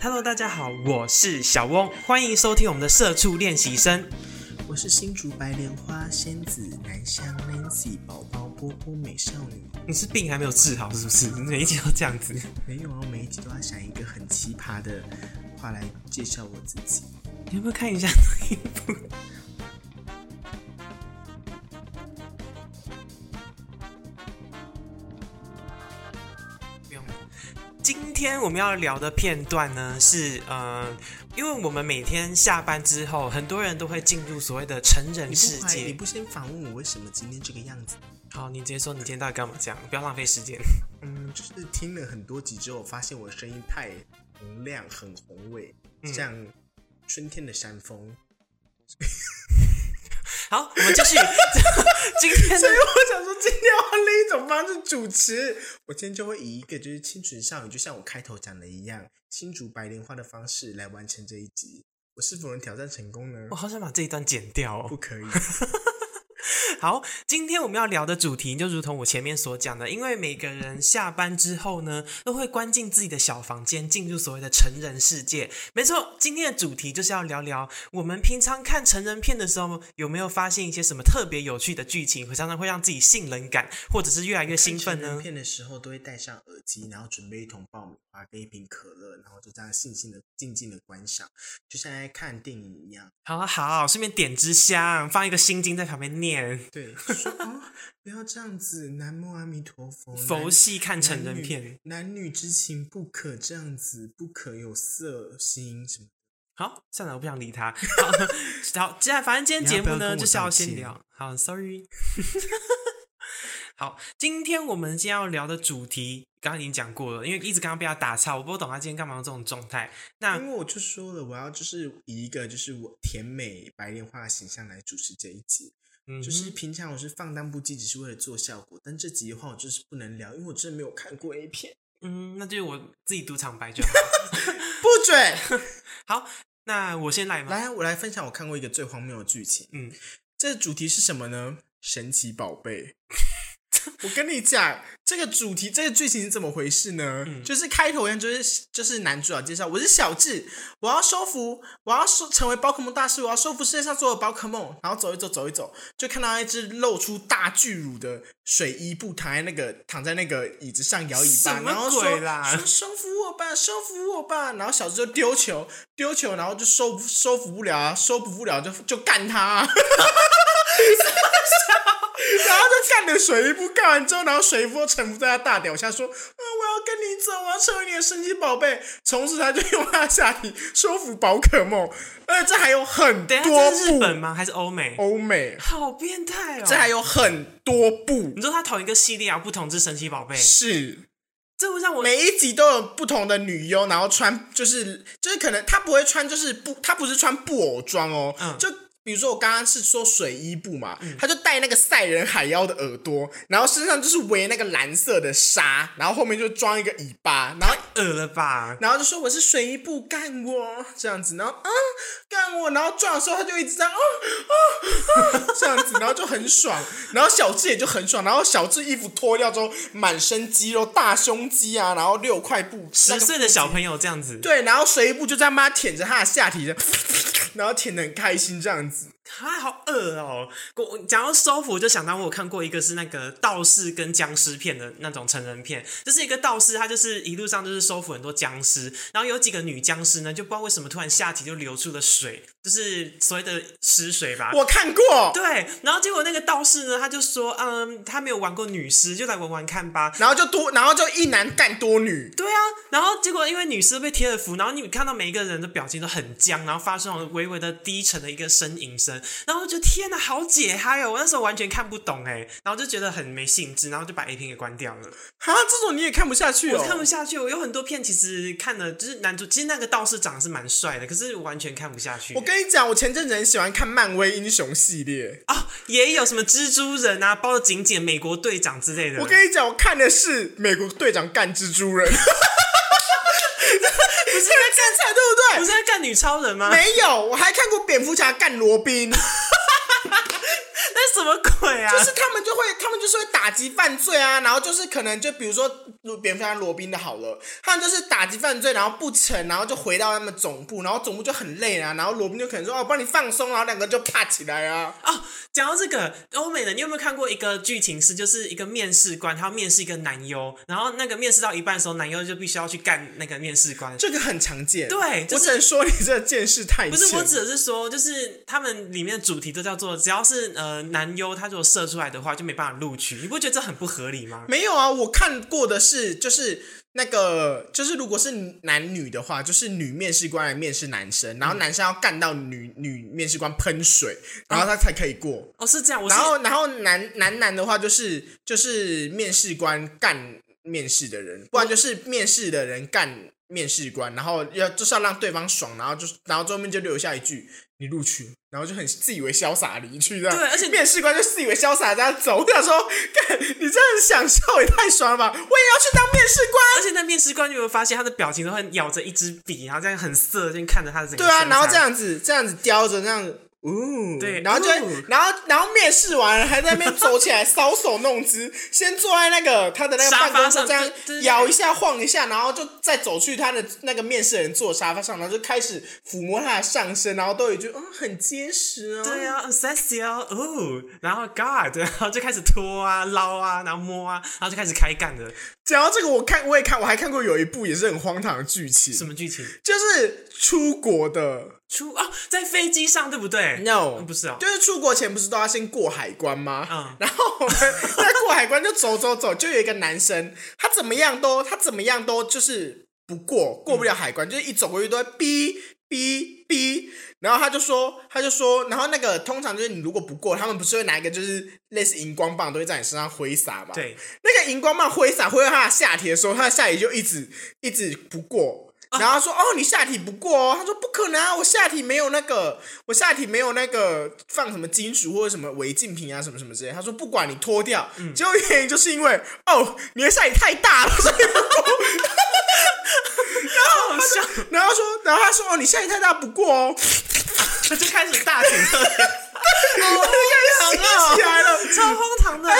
Hello，大家好，我是小翁，欢迎收听我们的社畜练习生。我是新竹白莲花仙子南香 Nancy 宝宝波波美少女。你是病还没有治好是不是？你每一集都这样子。没有啊，我每一集都要想一个很奇葩的话来介绍我自己。你要不要看一下那一部？不用了今天我们要聊的片段呢是，呃，因为我们每天下班之后，很多人都会进入所谓的成人你世不怀疑你界。不先反问我为什么今天这个样子？好，你直接说你今天到底干嘛这样，不要浪费时间。嗯，就是听了很多集之后，发现我的声音太洪亮、很宏伟，嗯像春天的山峰。 好，我们继续 今 天的所以我想说，今天要换另一种方式主持。我今天就会以一个就是清纯少女，就像我开头讲的一样，新竹白莲花的方式来完成这一集。我是否能挑战成功呢我？好想把这一段剪掉不哦。可以。好，今天我们要聊的主题就如同我前面所讲的，因为每个人下班之后呢，都会关进自己的小房间，进入所谓的成人世界。没错，今天的主题就是要聊聊我们平常看成人片的时候，有没有发现一些什么特别有趣的剧情，会常常会让自己兴奋感，或者是越来越兴奋看成人呢？片的时候都会戴上耳机，然后准备一桶爆米花跟一瓶可乐，然后就这样静静的、静静的观赏，就像在看电影一样。好啊好，顺便点支香，放一个心经在旁边念对，就说哦，不要这样子，南无阿弥陀佛，佛男系看成男人女片。男女之情不可这样子，不可有色心什么。好，算了，我不想理他。 好，好，接下来反正今天节目你要不呢，要跟我就是要道歉先聊。好，sorry。好，今天我们今天要聊的主题，刚刚已经讲过了，因为一直刚刚被他打岔，我不懂他今天干嘛这种状态。那因为我就说了，我要就是以一个就是我甜美白莲花的形象来主持这一集。嗯哼，就是平常我是放荡不羁，只是为了做效果，但这集的话我就是不能聊，因为我真的没有看过 A 片，嗯，那就是我自己读场白就好。 不准。好，那我先来吗？ 来，我来分享我看过一个最荒谬的剧情。嗯，这主题是什么呢？神奇宝贝。 我跟你讲，这个主题这个剧情是怎么回事呢？嗯就是开头一样，就是就是男主角介绍，我是小智，我要收服，我要收成为宝可梦大师，我要收服世界上所有宝可梦。然后走一走，走一走，就看到一只露出大巨乳的水伊布躺在那个躺在那个椅子上摇尾巴，什么然后说鬼啦说收服我吧，收服我吧。然后小智就丢球，丢球，然后就收服收服不了啊，收服不了就就干他啊、然后就干了水一步，干完之后，然后水一步臣服在他大屌下，说：“啊、我要跟你走，我要成为你的神奇宝贝。”从此他就用他的下体收服宝可梦，而且这还有很等一下这多是日部本吗？还是欧美？欧美，好变态哦！这还有很多部你说他同一个系列啊，不同之神奇宝贝，是。这会让我每一集都有不同的女优，然后穿就是就是可能她不会穿就是不她不是穿布偶装哦，嗯就比如说我刚刚是说水衣布嘛，她就戴那个赛人海妖的耳朵，然后身上就是围那个蓝色的纱，然后后面就装一个尾巴，然后恶了吧？然后就说我是水衣布干我这样子，然后啊干我，然后撞的时候他就一直这样啊啊啊 这样子，然后就很爽，然后小智也就很爽，然后小智衣服脱掉之后，满身肌肉，大胸肌啊，然后六块布，十岁的小。小朋友这样子，对，然后水衣布就在妈舔着他的下体的， 然后舔的很开心这样子，啊，好恶哦！我讲到收服，我就想到我有看过一个是那个道士跟僵尸片的那种成人片，就是一个道士，他就是一路上就是收服很多僵尸，然后有几个女僵尸呢，就不知道为什么突然下体就流出了水，就是所谓的湿水吧。我看过，对，然后结果那个道士呢，他就说，嗯，他没有玩过女尸，就来玩玩看吧。然后就多，然后就一男干多女，对啊，然后结果因为女尸被贴了符，然后你看到每一个人的表情都很僵，然后发出那种微微的低沉的一个呻吟声，然后我就觉得天哪，好解嗨哦！我那时候完全看不懂哎，然后就觉得很没兴致，然后就把 A 片给关掉了。哈，这种你也看不下去我看不哦。下去，我有很多片其实看了，就是男主，其实那个道士长得是蛮帅的，可是我完全看不下去我。跟你讲，我前阵子很喜欢看漫威英雄系列。啊、也有什么蜘蛛人啊，包括警姐、美国队长之类的。我跟你讲，我看的是美国队长干蜘蛛人，不 是看才对不不是对？在干女超人吗？没有，我还看过蝙蝠侠干罗宾，那什么鬼啊？就是他们就会，他们就是会打击犯罪啊，然后就是可能就比如说，比方罗宾的好了，他们就是打击犯罪，然后不成，然后就回到他们总部，然后总部就很累啊，然后罗宾就可能说，哦，我帮你放松，然后两个就啪起来啊，哦，讲到这个欧美的，你有没有看过一个剧情是，就是一个面试官，他要面试一个男优，然后那个面试到一半的时候，男优就必须要去干那个面试官。这个很常见。对就我是只能说你这见识太不浅。是，我指的是说，就是他们里面的主题都叫做，只要是呃男优，他如果射出来的话，就没办法录取。你不觉得这很不合理吗？没有啊，我看过的是就是那个就是如果是男女的话，就是女面试官来面试男生，然后男生要干到女女面试官喷水，然后他才可以过。哦，是这样，我是然后然后男男男的话就是就是面试官干面试的人，哦不然就是面试的人干。面试官，然后要就是要让对方爽，然后就是然后最后面就留下一句“你录取”，然后就很自以为潇洒地离去这样。对而且面试官就自以为潇洒这样走，我想说，干你这很享受也太爽了吧！我也要去当面试官。啊而且那面试官，你有没有发现他的表情都会咬着一支笔，然后这样很色，就看着他的整个对啊，身然后材这样子这样子叼着这样子。哦，对然后就会哦，然后，然后面试完了，还在那边走起来，搔首弄姿，先坐在那个他的那个沙办公发桌上这样对对对摇一下、晃一下，然后就再走去他的那个面试人坐的沙发上，然后就开始抚摸他的上身，然后都有一句，嗯，很结实哦。对啊，sexy 哦，哦，然后 God，然后就开始拖啊、捞啊，然后摸啊，然后就开始开干的，讲到这个，我看我也看，我还看过有一部也是很荒唐的剧情，什么剧情？就是出国的出啊、在飞机上对不对？ ，no，嗯不是哦，就是出国前不是都要先过海关吗？嗯然后我们 在过海关就走走走，就有一个男生，他怎么样都他怎么样都就是不过，过嗯不了海关，就是一走过去都会哔哔哔，然后他就说他就说，然后那个通常就是你如果不过，他们不是会拿一个就是类似荧光棒，都会在你身上挥洒嘛？， 对，那个荧光棒挥洒挥到他的下体的时候，他的下体就一直一直不啊过。然后他说：“哦，你下体不过哦。”他说：“不可能啊，我下体没有那个，我下体没有那个放什么金属或者什么违禁品啊，什么什么之类。”他说：“不管你脱掉，嗯结果原因就是因为哦，你的下体太大了，所以不过。好笑，然后他说，然后他说：“哦，你下体太大不过哦。”他 就开始大挺 特点，我就开始洗起来了，哦哎超荒唐的。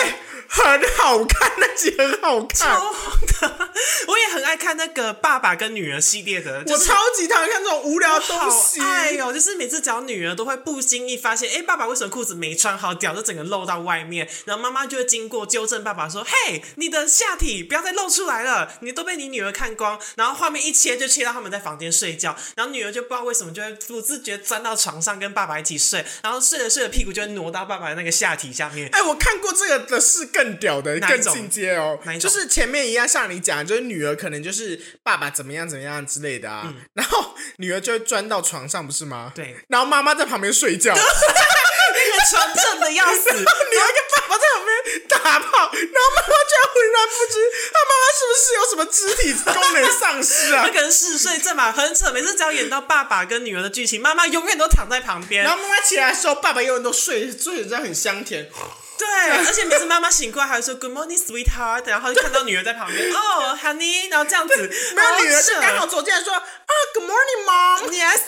很好看，那集很好看。哎超荒唐！ 我也很爱看那个爸爸跟女儿系列的，就我是超级讨厌看这种无聊的东好西。爱哦，就是每次讲女儿都会不经意发现，哎、爸爸为什么裤子没穿好，屌就整个露到外面，然后妈妈就会经过纠正爸爸说，嘿，你的下体不要再露出来了，你都被你女儿看光。然后画面一切就切到他们在房间睡觉，然后女儿就不知道为什么就会不自觉钻到床上跟爸爸一起睡，然后睡着睡着屁股就会挪到爸爸的那个下体下面。哎、我看过这个的是更屌的，哪一更种进阶哦哪一，就种是前面一样，像你讲，就是女儿可能就是爸爸怎么样怎么样之类的啊，然后女儿就会钻到床上，不是吗？嗯对 然后妈妈在旁边睡觉，然后那个床震的要死， 女儿跟爸爸在旁边打炮，然后妈妈居然浑然不知，她妈妈是不是有什么肢体功能丧失 啊那？个人嗜睡症嘛，很扯。每次只要演到爸爸跟女儿的剧情，妈妈永远都躺在旁边然。后妈妈起来的时候，爸爸永远都睡睡得这样很香甜，对， 而且每次妈妈醒过来还会说 “Good morning, sweetheart”，然后就看到女儿在旁 边，哦、h o n e y 然后这样子，没有女儿就扯刚好走进来说啊，Good morning, mom。 Yes，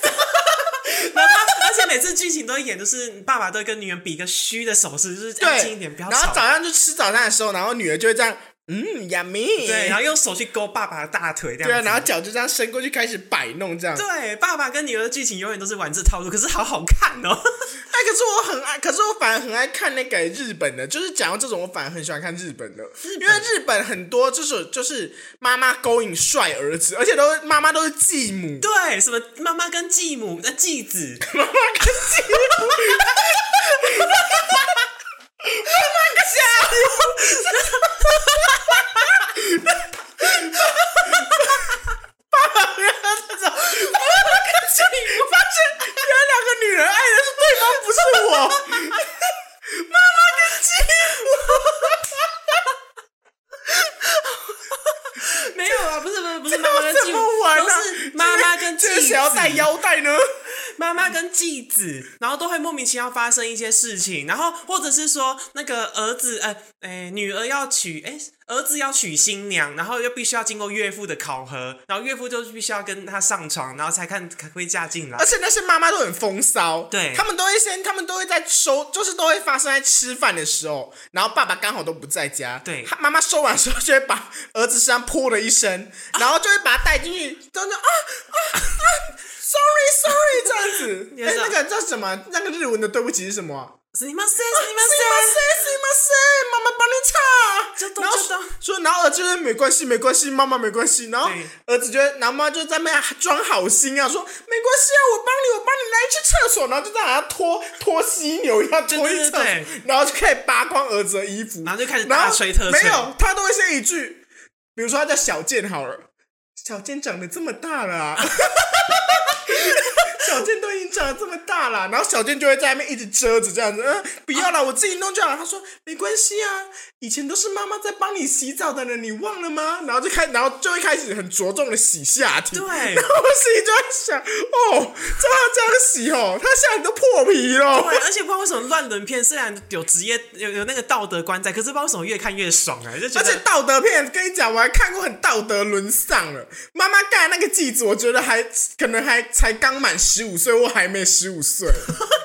然后他，而且每次剧情都演就是爸爸都跟女儿比一个虚的手势，就是安静一点，不要然后吵。早上就吃早餐的时候，然后女儿就会这样，嗯，yummy。对，然后用手去勾爸爸的大腿，这对样啊，子。然后脚就这样伸过去开始摆弄这样。哎，对，爸爸跟女儿的剧情永远都是玩这套路，可是好好看哦。 哎可是我很爱，可是我反而很爱看那个日本的，就是讲到这种，我反而很喜欢看日本的，因为日本很多就是就是妈妈勾引帅儿子，而且都是妈妈都是继母，对，什么妈妈跟继母、那继 子，所以我发现原来两个女人爱的是对方，不是我。妈妈跟没有啊，不是不是不是妈妈跟继怎母么玩，都啊？是妈妈跟继这个子谁。要带腰带呢？妈妈跟继子，然后都会莫名其妙发呃生一些事情，然后或者是说那个儿子，呃，哎，女儿要娶，哎，儿子要娶新娘，然后又必须要经过岳父的考核，然后岳父就是必须要跟他上床，然后才看可不可以嫁进来而。且那些妈妈都很风骚，对他们都会先，他们都会在收，就是都会发生在吃饭的时候，然后爸爸刚好都不在家，对他妈妈收完的时候就会把儿子身上泼了一身，啊然后就会把他带进去，都是啊啊啊，sorry sorry 这样 子，也哎是、啊那个叫什么？那个日文的对不起是什么啊？你们谁？你是吗？们谁？是吗？谁？妈妈帮你擦。这都然后这都说，然后儿子就说没关系，没关系，妈妈没关系。然后对儿子就会，然后妈就在那边装好心啊，说没关系啊，我帮你，我帮你来去厕所，然后就在那拖拖犀牛一样拖对去对厕所对，然后就开始扒光儿子的衣服，然后就开始然大后吹特吹。没有，他都会先一句，比如说他叫小健好了，小健长得这么大了、啊。 小健都已经长得这么大了，啊然后小健就会在那边一直遮着这样子，嗯、不要了，我自己弄就好了。他说没关系啊，以前都是妈妈在帮你洗澡的呢，你忘了吗？然后就开，然后就会开始很着重的洗下体。对然后我心里就在想，哦，照他这样洗哦，他下体都破皮了。对，而且不知道为什么乱伦片虽然有职业有有那个道德观在，可是不知道为什么越看越爽哎、就觉而且得道德片，跟你讲，我还看过很道德沦丧了。妈妈干的那个继子，我觉得还可能还才刚满十五岁，或还没十五岁。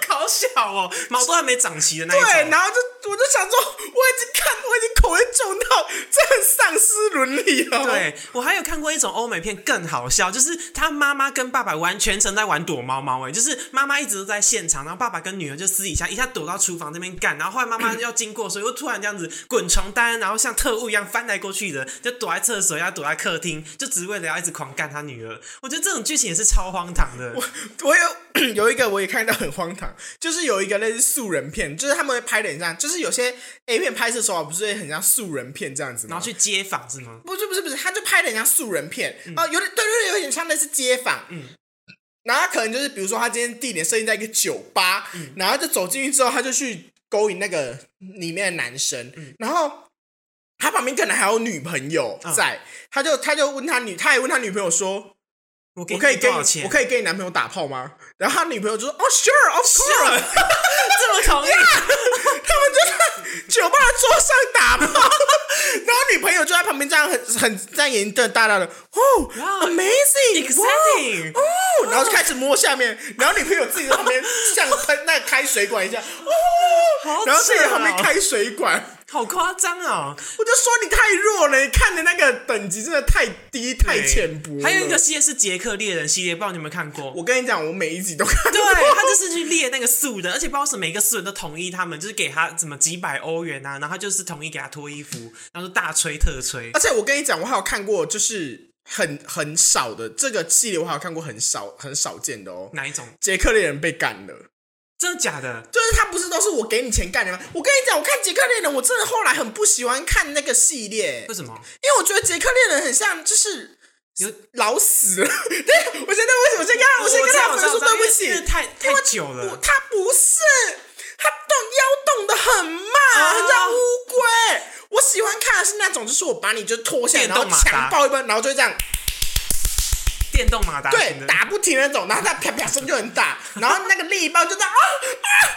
好小哦、毛都还没长齐的那一种。 对，然后就我就想说，我已经看，我已经口味重到这很丧失伦理了。，对我还有看过一种欧美片更好笑，就是他妈妈跟爸爸完全程在玩躲猫猫，哎，就是妈妈一直都在现场，然后爸爸跟女儿就私底下一下躲到厨房那边干，然后后来妈妈要经过，所以又突然这样子滚床单，然后像特务一样翻来过去的，就躲在厕所，要躲在客厅，就只为了要一直狂干他女儿。我觉得这种剧情也是超荒唐的。我有 有一个我也看到很荒唐，就是有一个类似素人片，就是他们会拍的很像，就是有些 A 片拍摄手法不是也很像素人片这样子吗？然后去街访是吗？不是不是不是，他就拍的很像素人片，嗯哦，有点对对对，有点像类似街访，然后他可能就是比如说他今天地点设定在一个酒吧，嗯然后就走进去之后，他就去勾引那个里面的男生，嗯然后他旁边可能还有女朋友啊在，他就他就问他女，他也问他女朋友说，我给我可以你跟多你少钱？我可以跟你男朋友打炮吗？然后他女朋友就说，哦，sure of course，这么同意？ 他们就在酒吧的桌上打炮，然后女朋友就在旁边这样很很在眼睛瞪大大的，哦、哇 a m a z i n g 哇，exciting！哦，然后就开始摸下面，然后女朋友自己在旁边像喷那开水管一样，哦，好然后自己在扯旁边哦开水管，好夸张哦！我就说你太弱了，你看的那个等级真的太低太浅薄了。还有一个系列是《杰克猎人》系列，不知道你有没有看过？我跟你讲，我每一集都看，对他就是去猎那个素人，而且不知道为什么每个素人都同意他们，就是给他什么几百欧元啊，然后他就是同意给他脱衣服，然后就大吹特吹。而且我跟你讲，我还有看过就是很很少的这个系列，我还有看过很少很少见的哦。哪一种？杰克猎人被干了。真的假的？就是他不是都是我给你钱干的吗？我跟你讲，我看《杰克猎人》，我真的后来很不喜欢看那个系列，为什么？因为我觉得《杰克猎人》很像就是有老死了。 对，我现在为什么先跟他，啊我先跟他我们知道我说知道对不因为因为起，太太久我了。他不是，他动腰动的很慢，啊很像乌龟。我喜欢看的是那种，就是我把你就拖下来，电然后动马达强暴一般，然后就这样电动马达型对的，打不停那种，然后他啪啪声就很大，然后那个另一半就在啊啊啊，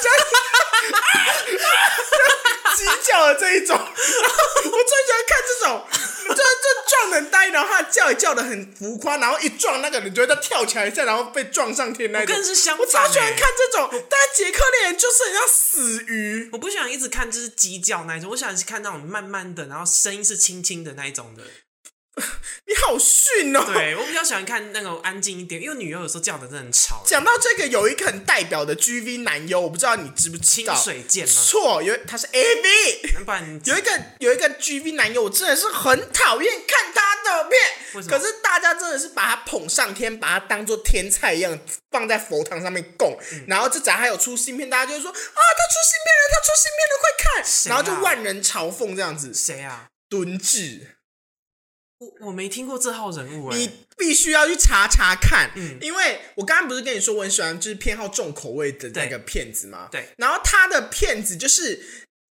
这样啊鸡叫的这一种，然后我最喜欢看这种，就就撞人呆，然后他叫也叫的很浮夸，然后一撞那个人就会再跳起来一下，然后被撞上天那我一种更。是相我反、欸。超喜欢看这种，但杰克猎人就是很像死鱼，我不喜欢一直看就是鸡叫那一种，我喜欢是看那种慢慢的，然后声音是轻轻的那一种 的。你好逊哦。对，我比较喜欢看那种安静一点，因为女优有时候叫的真的很吵。讲到这个，有一个很代表的 GV 男优，我不知道你知不知清道？水剑吗？错，有他是 AV。不然你有一个有一个 G V 男友，我真的是很讨厌看他的为片，什么可是大家真的是把他捧上天，把他当做天菜一样放在佛堂上面供，嗯然后这只要还有出新片，大家就会说啊，他出新片了，他出新片了，快看！谁啊然后就万人嘲讽这样子，谁啊？蹲志，我我没听过这号人物哎、你必须要去查查看，嗯因为我刚刚不是跟你说我很喜欢就是偏好重口味的那个片子吗？对然后他的片子就是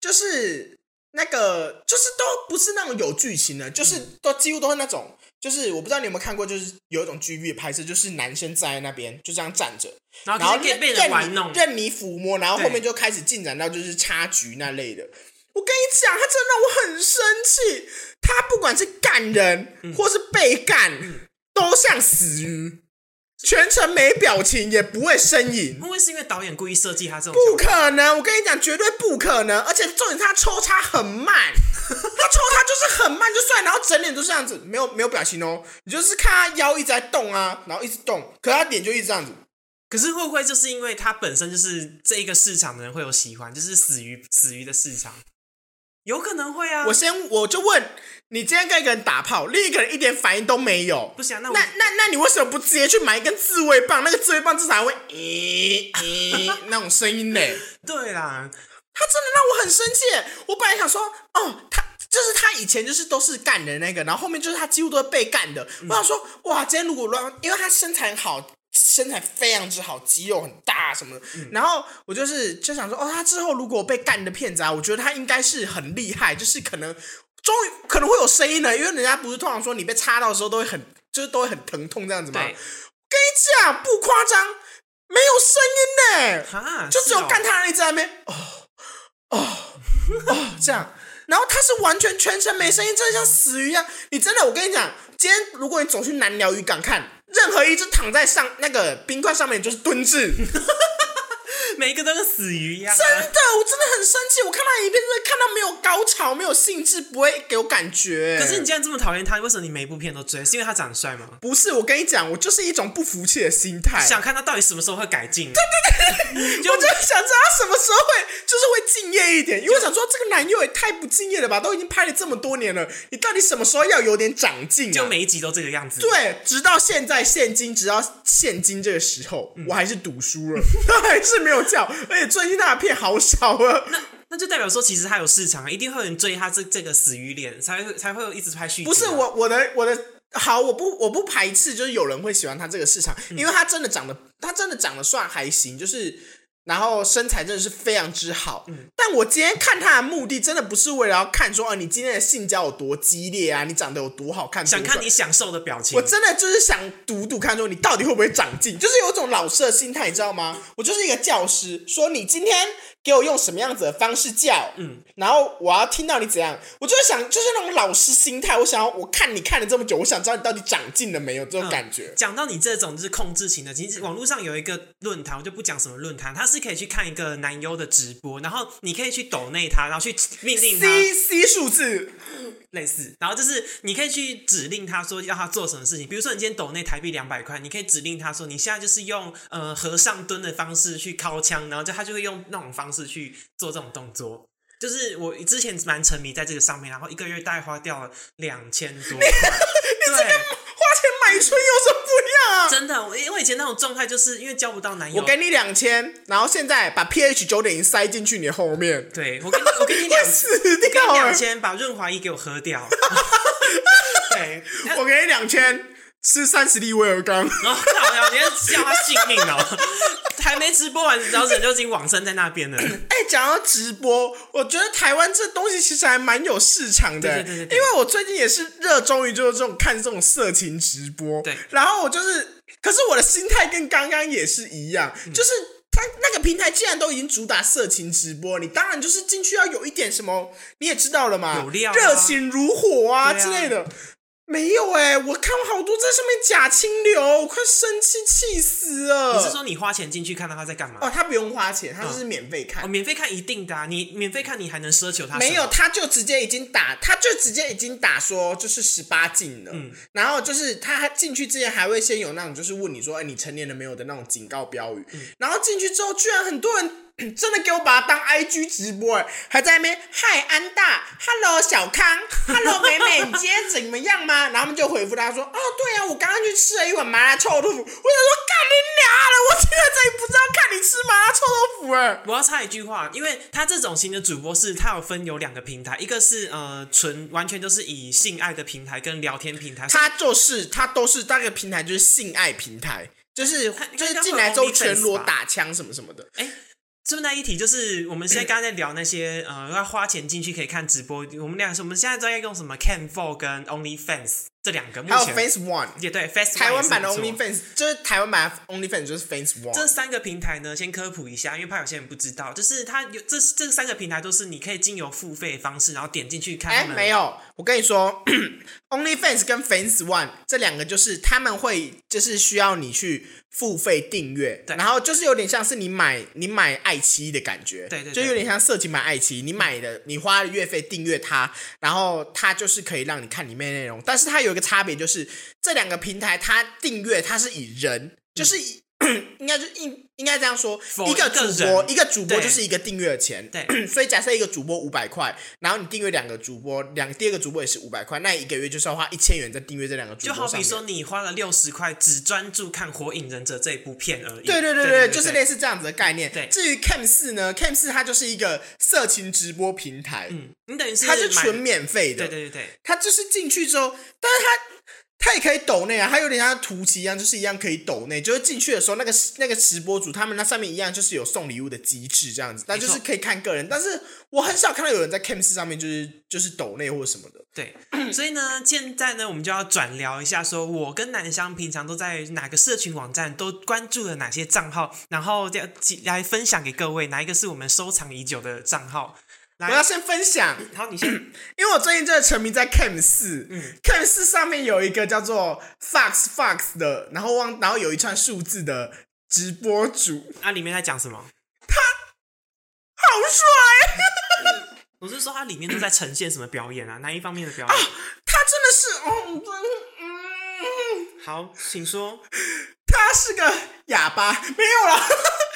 就是那个就是都不是那种有剧情的，就是嗯都几乎都是那种，就是我不知道你有没有看过，就是有一种 G V 拍摄，就是男生站在那边就这样站着，然然后后可以被啊任人任玩你弄。任你抚摸，然后对后面就开始进展到就是插局那类的。我跟你讲，他真的让我很生气。他不管是干人、嗯或是被干，都像死鱼，全程没表情，也不会呻吟。会不会是因为导演故意设计他这种不想法？可能！我跟你讲，绝对不可能！而且重点是他抽插很慢， 他抽插就是很慢就算，然后整脸都是这样子，没有没有表情哦。你就是看他腰一直在动啊，然后一直动，可他脸就一直这样子。可是会不会就是因为他本身就是这一个市场的人会有喜欢，就是死鱼死鱼的市场，有可能会啊。我先我就问你，今天跟一个人打炮，另一个人一点反应都没有，不行啊、那那我那那你为什么不直接去买一根自慰棒？那个自慰棒至少还会咦 咦那种声音呢？对啦，他真的让我很生气。我本来想说，哦，他就是他以前就是都是干的那个，然后后面就是他几乎都是被干的。我想说，哇，今天如果让，因为他身材很好。身材非常之好，肌肉很大什么的。然后我就是就想说，哦，他之后如果被干的骗子啊，我觉得他应该是很厉害，就是可能终于可能会有声音了，因为人家不是通常说你被插到的时候都会很 就是都会很疼痛这样子吗？对跟你讲不夸张，没有声音呢、哈，就只有干他。他那一直在那边哦哦哦这样，然后他是完全全程没声音，真的像死鱼一样。你真的，我跟你讲，今天如果你走去南寮渔港看，任何一只躺在上那个冰块上面就是 蹲置，每一个都跟死鱼一样、啊。真的，我真的很生气。我看到影片，真的看到没有高潮，没有兴致，不会给我感觉。可是你既然这么讨厌他，为什么你每一部片都追？是因为他长得帅吗？不是，我跟你讲，我就是一种不服气的心态。想看他到底什么时候会改进？对对对，就我就想知道他什么时候会，就是会敬业一点，因为我想说这个男友也太不敬业了吧，都已经拍了这么多年了，你到底什么时候要有点长进、啊？就每一集都这个样子。，对，啊直到现在，现今，直到现今这个时候，我还是赌输了， 他还是没有叫，而且最近他的片好少啊，那就代表说其实他有市场啊，一定会有人追他这这个死鱼脸，才会才会有一直拍续集啊、不是我我的我的好，我不我不排斥，就是有人会喜欢他这个市场，嗯因为他真的长得他真的长得算还行，就是然后身材真的是非常之好。嗯但我今天看他的目的，真的不是为了要看说啊，你今天的性交有多激烈啊，你长得有多好看，想多看帅啊你享受的表情。我真的就是想赌赌看，说你到底会不会长进，就是有一种老师的心态，你知道吗？我就是一个教师，说你今天给我用什么样子的方式教，嗯，然后我要听到你怎样，我就是想，就是那种老师心态，我想要，我看你看了这么久，我想知道你到底长进了没有，这种感觉。讲到你这种就是控制型的，其实网络上有一个论坛，我就不讲什么论坛，它是可以去看一个男优的直播，然后你可以去抖内他，然后去命令他 C C 数字，类似，然后就是你可以去指令他说要他做什么事情，比如说你今天抖内台币两百块，你可以指令他说你现在就是用呃和尚蹲的方式去敲枪，然后就他就会用那种方式去做这种动作。就是我之前蛮沉迷在这个上面，然后一个月大概花掉了两千多块。对，花钱买春有什么不一样 啊？真的，我因为以前那种状态，就是因为交不到男友，我给你两千，然后现在把 pH 九点零塞进去你的后面，对我给你，我给你两，死掉我给你了两。千，把润滑液给我喝 掉。对，我给你两千，吃三十粒威尔刚。然后靠呀，你要叫他性命哦，还没直播完，然后人就已经往生在那边了。哎、讲到直播，我觉得台湾这东西其实还蛮有市场的、欸对对对对对因为我最近也是热衷于就是这种看这种色情直播，对然后我就是，可是我的心态跟刚刚也是一样，嗯就是。它那个平台既然都已经主打色情直播，你当然就是进去要有一点什么，你也知道了嘛，有料啊热情如火啊对啊之类的。没有哎、我看好多在上面假清流，我快生气气死了。你是说你花钱进去看到他在干嘛？哦，他不用花钱，他就是免费看。哦，免费看一定的啊，你免费看你还能奢求他什么没有，他就直接已经打，他就直接已经打说就是十八禁了。嗯然后就是他还进去之前还会先有那种就是问你说，哎，你成年了没有的那种警告标语。嗯然后进去之后，居然很多人 真的给我把它当 IG 直播、哎，还在那边嗨安大，Hello 小康，Hello 美美，你今天怎么样吗？然后他们就回复他说，哦，对啊，我刚刚去吃了一碗麻辣臭豆腐。我想说，干你娘了，我现在这里不知道看你吃麻辣臭豆腐哎、我要插一句话，因为他这种型的主播是，他有分有两个平台，一个是呃纯完全都是以性爱的平台跟聊天平台，他就是他都是那个平台就是性爱平台，就是他就应是该进来之后会有 OnlyFans 全裸吧打枪什么什么的。哎，是不是那一题？就是我们现在刚才在聊那些呃要花钱进去可以看直播，我们俩是我们现在都在用什么 Can f o r 跟 Only Fans 这两个目还有前 Face One，也对 Fast 台湾版的 Only OnlyFans 就是台湾版的 OnlyFans 就是 Face One，这三个平台呢，先科普一下，因为怕有些人不知道，就是它有这这三个平台都是你可以经由付费方式，然后点进去看哎、他们。没有，我跟你说 ，OnlyFans 跟 Fans One 这两个就是他们会就是需要你去付费订阅，对然后就是有点像是你买你买爱奇艺的感觉，对对对就有点像色情买爱奇艺，你买的你花月费订阅它，然后它就是可以让你看里面的内容，但是它有一个差别就是这两个平台它订阅它是以人，就是以。 应该就应应该这样说，嗯 For 一个一个主播人一个主播对就是一个订阅的钱，对所以假设一个主播五百块，然后你订阅两个主播，两第二个主播也是五百块，那一个月就是要花一千元在订阅这两个主就播好上比面。说，你花了六十块，只专注看《火影忍者》这一部片而已。对对对对就是类似这样子的概念。对至于 Cam 四呢，Cam 四它就是一个色情直播平台，嗯，你等于是它是买纯免费对的，对对对，它就是进去之后，但是它它也可以抖内啊，它有点像图奇一样，就是一样可以抖内，就是进去的时候那个那个直播主他们那上面一样就是有送礼物的机制这样子，但就是可以看个人，但是我很少看到有人在 Cam 四上面就是就是抖内或者什么的。对，所以呢，现在呢，我们就要转聊一下说我跟南湘平常都在哪个社群网站都关注了哪些账号，然后要来分享给各位哪一个是我们收藏已久的账号。来我要先分享，好，你先，因为我最近真的沉迷在 Cam 四、c a m 四上面有一个叫做 Fox Fox 的，然后忘，然后有一串数字的直播主，啊，里面在讲什么？好帅！我是说它里面都在呈现什么表演啊？哪一方面的表演？他真的是，哦，真的嗯，好，请说，他是个哑巴，没有啦，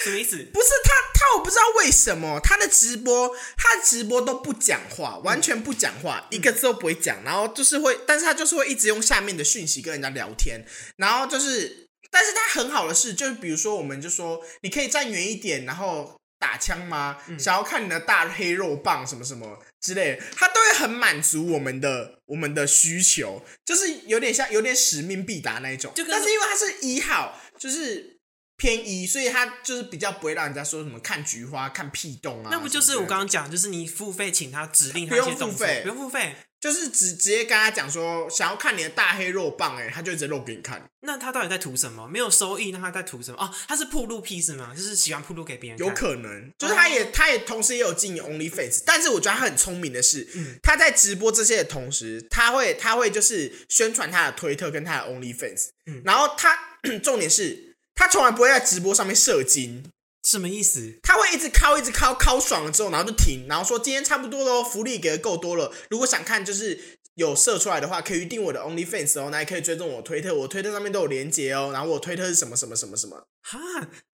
什么意思？不是他，他我不知道为什么他的直播，他的直播都不讲话，完全不讲话，嗯一个字都不会讲，然后就是会，但是他就是会一直用下面的讯息跟人家聊天，然后就是，但是他很好的是，就是比如说我们就说你可以站远一点，然后打枪吗？嗯想要看你的大黑肉棒什么什么之类的，他都会很满足我们的我们的需求，就是有点像有点使命必达那一种，就跟但是因为他是一号，就是。偏一，所以他就是比较不会让人家说什么看菊花、看屁洞啊。那不就是什么之类我的刚刚讲，就是你付费请他指令不他一用些动付作费，不用付费。就是直直接跟他讲说想要看你的大黑肉棒、欸，哎，他就一直露给你看，那他到底在图什么？没有收益，那他在图什么？哦，他是铺路屁是吗？就是喜欢铺路给别人看。哦有可能就是他也他也同时也有经营 OnlyFans，但是我觉得他很聪明的是，嗯他在直播这些的同时，他会他会就是宣传他的推特跟他的 OnlyFans，、嗯然后他 重点是他从来不会在直播上面射精，什么意思？他会一直敲，一直敲，敲爽了之后，然后就停，然后说今天差不多喽，福利给的够多了。如果想看就是有射出来的话，可以预定我的 OnlyFans 哦，那也可以追踪我推特，我推特上面都有连接哦。然后我推特是什么什么什么什么，哈，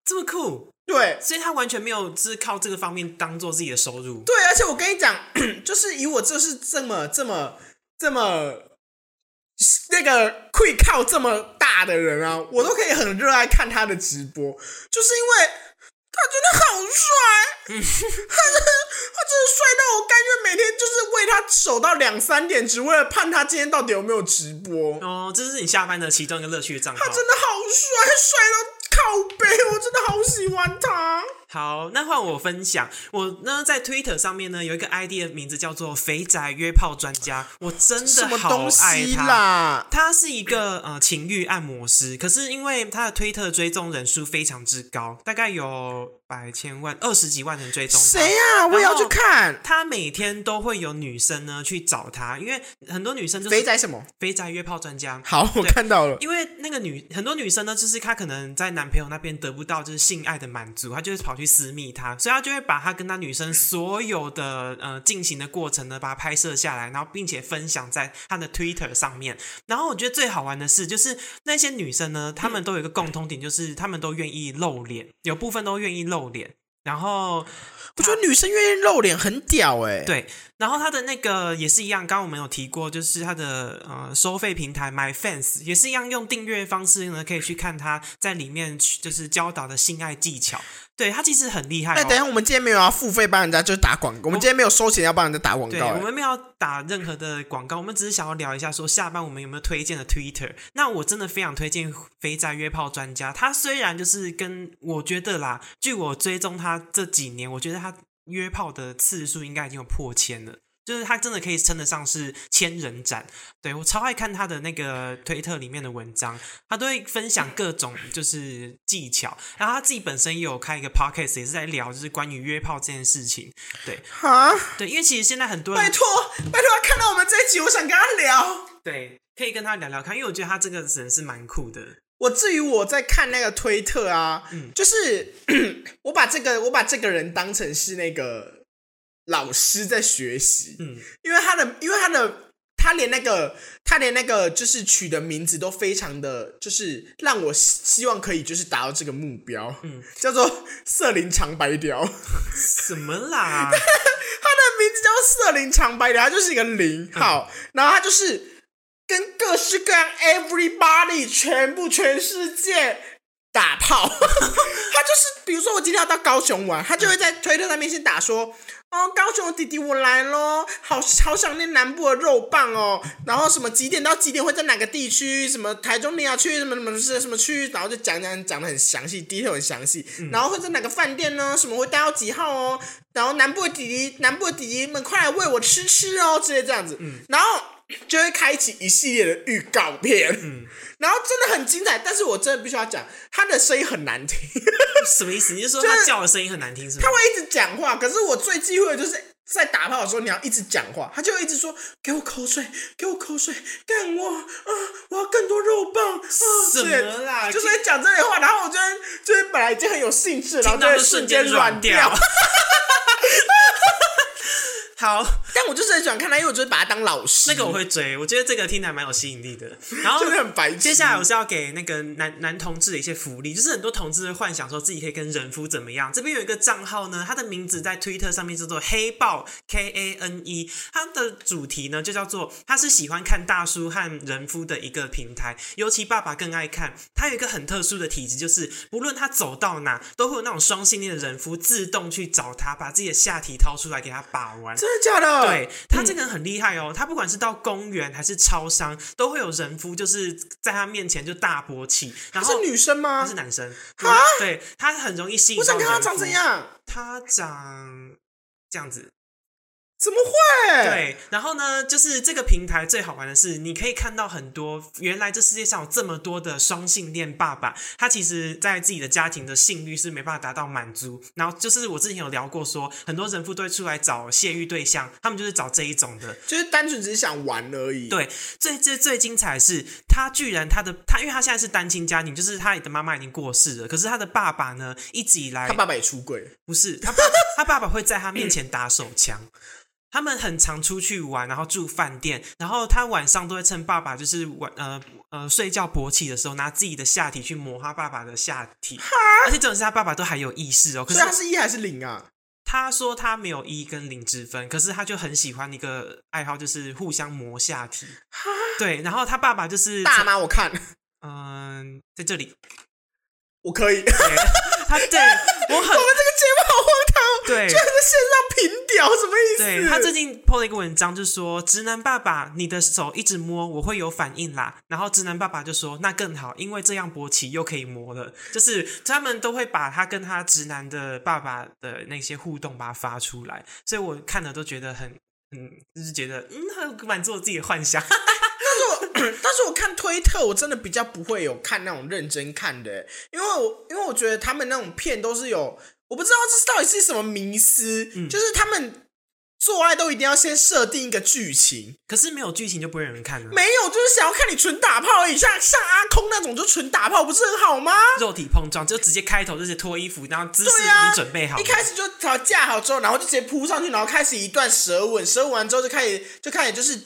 这么酷，对所以他完全没有是靠这个方面当做自己的收入。对，而且我跟你讲， 就是以我就是这么这么这么那个会靠这么大的人啊，我都可以很热爱看他的直播，就是因为。他真的好嗯帅，他真的他真的帅到我甘愿每天就是为他守到两三点，只为了盼他今天到底有没有直播。哦，这是你下班的其中一个乐趣的账号他。真的好帅，帅到靠背，我真的好喜欢他。好，那换我分享，我呢在 Twitter 上面呢有一个 ID 的名字叫做“肥宅约炮专家”，我真什的么好东爱西他。啦？他是一个呃情欲按摩师，可是因为他的推特追踪人数非常之高，大概有百千万、二十几万人追踪他。谁呀、我也要去看。他每天都会有女生呢去找他，因为很多女生就是肥宅什么？肥宅约炮专家。好，我看到了。因为那个女很多女生呢，就是她可能在男朋友那边得不到就是性爱的满足，她就会跑去私密他，所以她就会把她跟她女生所有的呃进行的过程呢，把它拍摄下来，然后并且分享在她的 Twitter 上面。然后我觉得最好玩的是，就是那些女生呢，她们都有一个共通点，就是她们都愿意露脸，有部分都愿意露脸。然后我觉得女生愿意露脸很屌哎、欸。对，然后他的那个也是一样，刚刚我们有提过，就是他的呃收费平台 MyFans 也是一样，用订阅方式呢可以去看他在里面去就是教导的性爱技巧。对他其实很厉害、哎、等一哦。下，我们今天没有要付费帮人家就是打广告，我们今天没有收钱要帮人家打广对，告、我欸。们没有打任何的广告，我们只是想要聊一下说下班我们有没有推荐的 Twitter。那我真的非常推荐肥宅约炮专家，他虽然就是跟我觉得啦，据我追踪他这几年，我觉得他约炮的次数应该已经有破千了。就是他真的可以称得上是千人斩。对我超爱看他的那个推特里面的文章，他都会分享各种就是技巧，然后他自己本身也有开一个 podcast，也是在聊就是关于约炮这件事情。对欸哈，对，因为其实现在很多人拜托，拜托，他看到我们这一集，我想跟他聊。对，可以跟他聊聊看，因为我觉得他这个人是蛮酷的。我至于我在看那个推特啊，嗯就是 我把这个我把这个人当成是那个老师在学习，嗯，因为他的因为他的他连那个他连那个就是取的名字都非常的就是让我希希望可以就是达到这个目标，嗯，叫做色林长白雕，他什么啦？的名字叫色林长白雕，他就是一个零号，然后他就是跟各式各样 everybody 全部全世界。打炮， 他就是，比如说我今天要到高雄玩，他就会在推特上面先打说，哦，高雄的弟弟我来喽，好好想念南部的肉棒哦。然后什么几点到几点会在哪个地区，什么台中你要去什么什么是什么区，然后就讲讲讲的很详细，detail 很详细。然后会在哪个饭店呢？什么会待到几号哦？然后南部的弟弟，南部的弟弟们快来喂我吃吃哦，之类这样子。然后就会开启一系列的预告片，然后真的很精彩。但是我真的必须要讲，他的声音很难听。什么意思？你是说就是他叫的声音很难听是吗他？会一直讲话，可是我最忌讳的就是在打炮的时候你要一直讲话，他就会一直说给我口水，给我口水，干我啊、我要更多肉棒啊，什对么啦就是会讲这类话，然后我就会就会本来已经很有兴致，然后听就到会就瞬瞬间间软软掉。 好，但我就是很喜欢看他，因为我就是把他当老师，那个我会追，我觉得这个听起来蛮有吸引力的。然后就是很白痴。接下来我是要给那个男男同志的一些福利，就是很多同志会幻想说自己可以跟人夫怎么样。这边有一个账号呢，他的名字在推特上面叫做黑豹 K A N E，他的主题呢就叫做他是喜欢看大叔和人夫的一个平台，尤其爸爸更爱看。他有一个很特殊的体质，就是不论他走到哪，都会有那种双性恋的人夫自动去找他，把自己的下体掏出来给他把玩。真的假的？对嗯他这个人很厉害哦，他不管是到公园还是超商，都会有人夫就是在他面前就大勃起，然后是女生他吗是？男生，对他很容易吸引我到想人看夫。他长怎？样，他长这样子，怎么会？，对，然后呢，就是这个平台最好玩的是，你可以看到很多原来这世界上有这么多的双性恋爸爸，他其实在自己的家庭的性欲是没办法达到满足。然后就是我之前有聊过说，很多人夫都会出来找泄欲对象，他们就是找这一种的。就是单纯只是想玩而已。对，最最最精彩的是，他居然他的他，因为他现在是单亲家庭，就是他的妈妈已经过世了，可是他的爸爸呢，一直以来他爸爸也出轨，不是他爸他爸爸会在他面前打手枪。他们很常出去玩，然后住饭店，然后他晚上都会趁爸爸就是晚呃呃睡觉勃起的时候，拿自己的下体去磨他爸爸的下体，而且这种是他爸爸都还有意识哦。可所以是他是一啊还是零啊？他说他没有一跟零之分，可是他就很喜欢一个爱好，就是互相磨下体。对，然后他爸爸就是大妈，我看嗯、在这里，我可以。对他对我很 我们这个节目好荒唐哦，对居然在线上平屌，什么意思？对他最近 PO 了一个文章，就说直男爸爸，你的手一直摸，我会有反应啦。然后直男爸爸就说那更好，因为这样勃起又可以磨了。就是他们都会把他跟他直男的爸爸的那些互动把它发出来，所以我看了都觉得很。嗯，就是觉得嗯，很满足我自己的幻想。但是我但是我看推特，我真的比较不会有看那种认真看的，因为我因为我觉得他们那种片都是有，我不知道这到底是什么迷思，嗯就是他们做爱都一定要先设定一个剧情，可是没有剧情就不会有人看了，啊没有就是想要看你纯打炮而已，像像阿空那种就纯打炮，不是很好吗？肉体碰撞就直接开头就是脱衣服，然后姿势啊对啊你准备好了，一开始就好架好之后，然后就直接扑上去，然后开始一段舌吻，舌吻完之后就开始就开始就是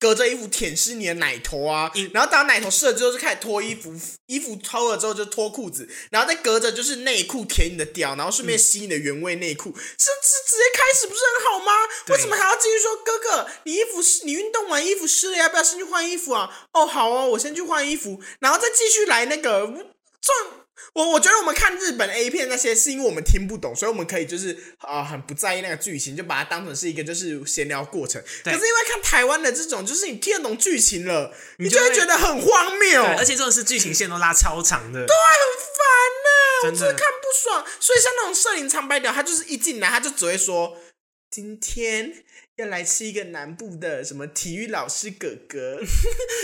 隔着衣服舔舐你的奶头啊嗯，然后当奶头湿了之后就开始脱衣服，衣服脱了之后就脱裤子，然后再隔着就是内裤舔你的屌，然后顺便吸你的原味内裤，这这直接开始不是很好吗？对为什么还要继续说哥哥，你衣服湿，你运动完衣服湿了，要不要先去换衣服啊？哦，好哦，我先去换衣服，然后再继续来那个这我我觉得我们看日本 A 片那些是因为我们听不懂，所以我们可以就是啊、呃很不在意那个剧情，就把它当成是一个就是闲聊过程。可对是因为看台湾的这种，就是你听得懂剧情了，你就就会会觉得很荒谬，对，而且这种是剧情线都拉超长的，啊对，很烦呢、我真真的的看不爽。所以像那种摄影长白屌，他就是一进来他就只会说今天要来吃一个南部的什么体育老师哥 哥，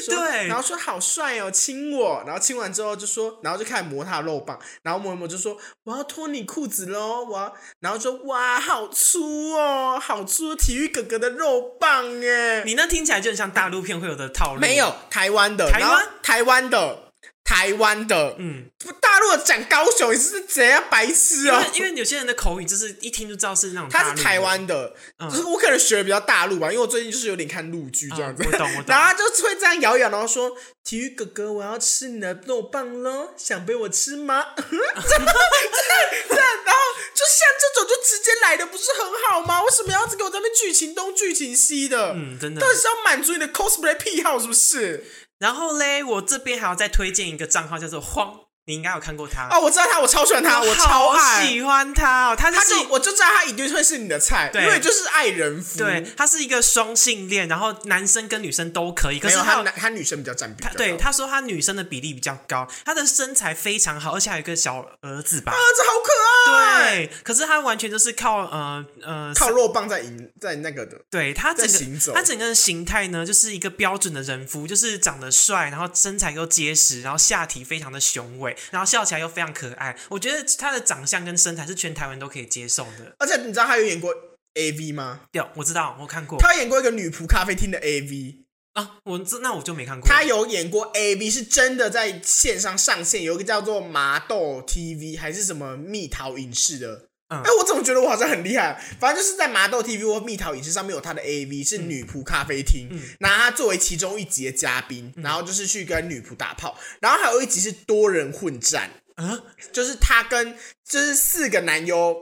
说对然后说好帅哦，亲我，然后亲完之后就说，然后就开始磨他的肉棒，然后磨一磨就说我要脱你裤子喽，我要，然后就哇好粗哦，好粗体育哥哥的肉棒哎，你那听起来就很像大陆片会有的套路。没有，台湾的，台湾然后台湾的，台湾的，嗯，不大陆的讲高雄，你是怎样白痴因哦为？因为有些人的口语就是一听就知道是那种大他陆是的台湾的，嗯就是我可能学的比较大陆吧，因为我最近就是有点看陆剧这样子，嗯我懂我懂 然后他就会这样摇一摇，然后说：“体育哥哥，我要吃你的肉棒喽，想被我吃吗？” 这这这，然后就像这种就直接来的不是很好吗？为什么要给我在那边剧情东剧情西的？嗯，真的到。底是要满足你的 cosplay 癖好是不是？然后嘞，我这边还要再推荐一个账号，叫做荒，你应该有看过他。啊，我知道他，我超喜欢他，我超好爱。喜欢他哦，他就他是就我就知道他一定会是你的菜，因对为就是爱人夫。对，他是一个双性恋，然后男生跟女生都可以，可没是有他他男他女生比较占比较他高。对他说他女生的比例比较高，他的身材非常好，而且还有一个小儿子吧。啊，这好可爱。对，可是他完全就是靠呃呃，靠肉棒在赢，在那个的，对他整在行个走他整个形态呢，就是一个标准的人夫，就是长得帅，然后身材又结实，然后下体非常的雄伟，然后笑起来又非常可爱。我觉得他的长相跟身材是全台湾都可以接受的。而且你知道他有演过 A V 吗？对，我知道，我看过他有演过一个女仆咖啡厅的 A V，啊，我这那我就没看过。他有演过 A V 是真的在线上上线，有一个叫做麻豆 TV 还是什么蜜桃影视的。哎、嗯我怎么觉得我好像很厉害？反正就是在麻豆 TV 或蜜桃影视上面有他的 AV，是女仆咖啡厅，拿他作为其中一集的嘉宾，然后就是去跟女仆打炮，然后还有一集是多人混战，啊，就是他跟就是四个男优，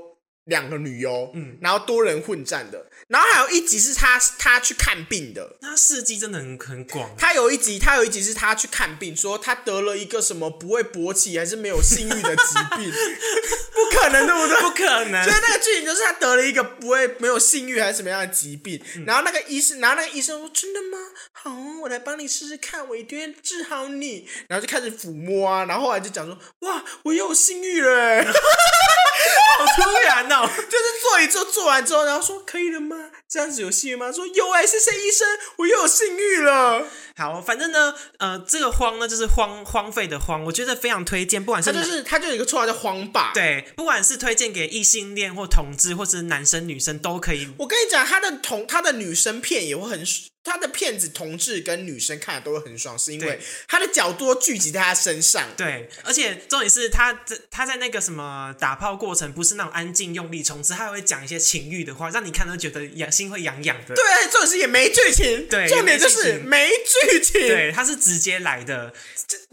两个女优，嗯，然后多人混战的，然后还有一集是他他去看病的。那他事迹真的很很广。他有一集，他有一集是他去看病，说他得了一个什么不会勃起还是没有性欲的疾病， 不可能，对不对？不可能所以那个剧情就是他得了一个不会没有性欲还是什么样的疾病，然后那个医生，然后那个医生说：“真的吗？好，我来帮你试试看，我一定会治好你。”然后就开始抚摸啊，然后后来就讲说：“哇，我又有性欲了、欸。” 好突然哦！就是做一做，做完之后，然后说可以了吗？这样子有性欲吗？说有哎、谢谢医生，我又有性欲了。好，反正呢，呃，这个荒呢就是荒荒废的荒，我觉得非常推荐，不管他是就是他就有一个绰号叫荒霸。，对，不管是推荐给异性恋或同志，或是男生女生都可以。我跟你讲，他的同他的女生片也会很，他的片子同志跟女生看的都会很爽，是因为对他的角度聚集在他身上。对，而且重点是他在他在那个什么打炮过程，不是那种安静用力冲刺，他还会讲一些情欲的话，让你看都觉得痒心会痒痒的。对，而且重点是也没剧情，对重点就是也没剧情。对，他是直接来的。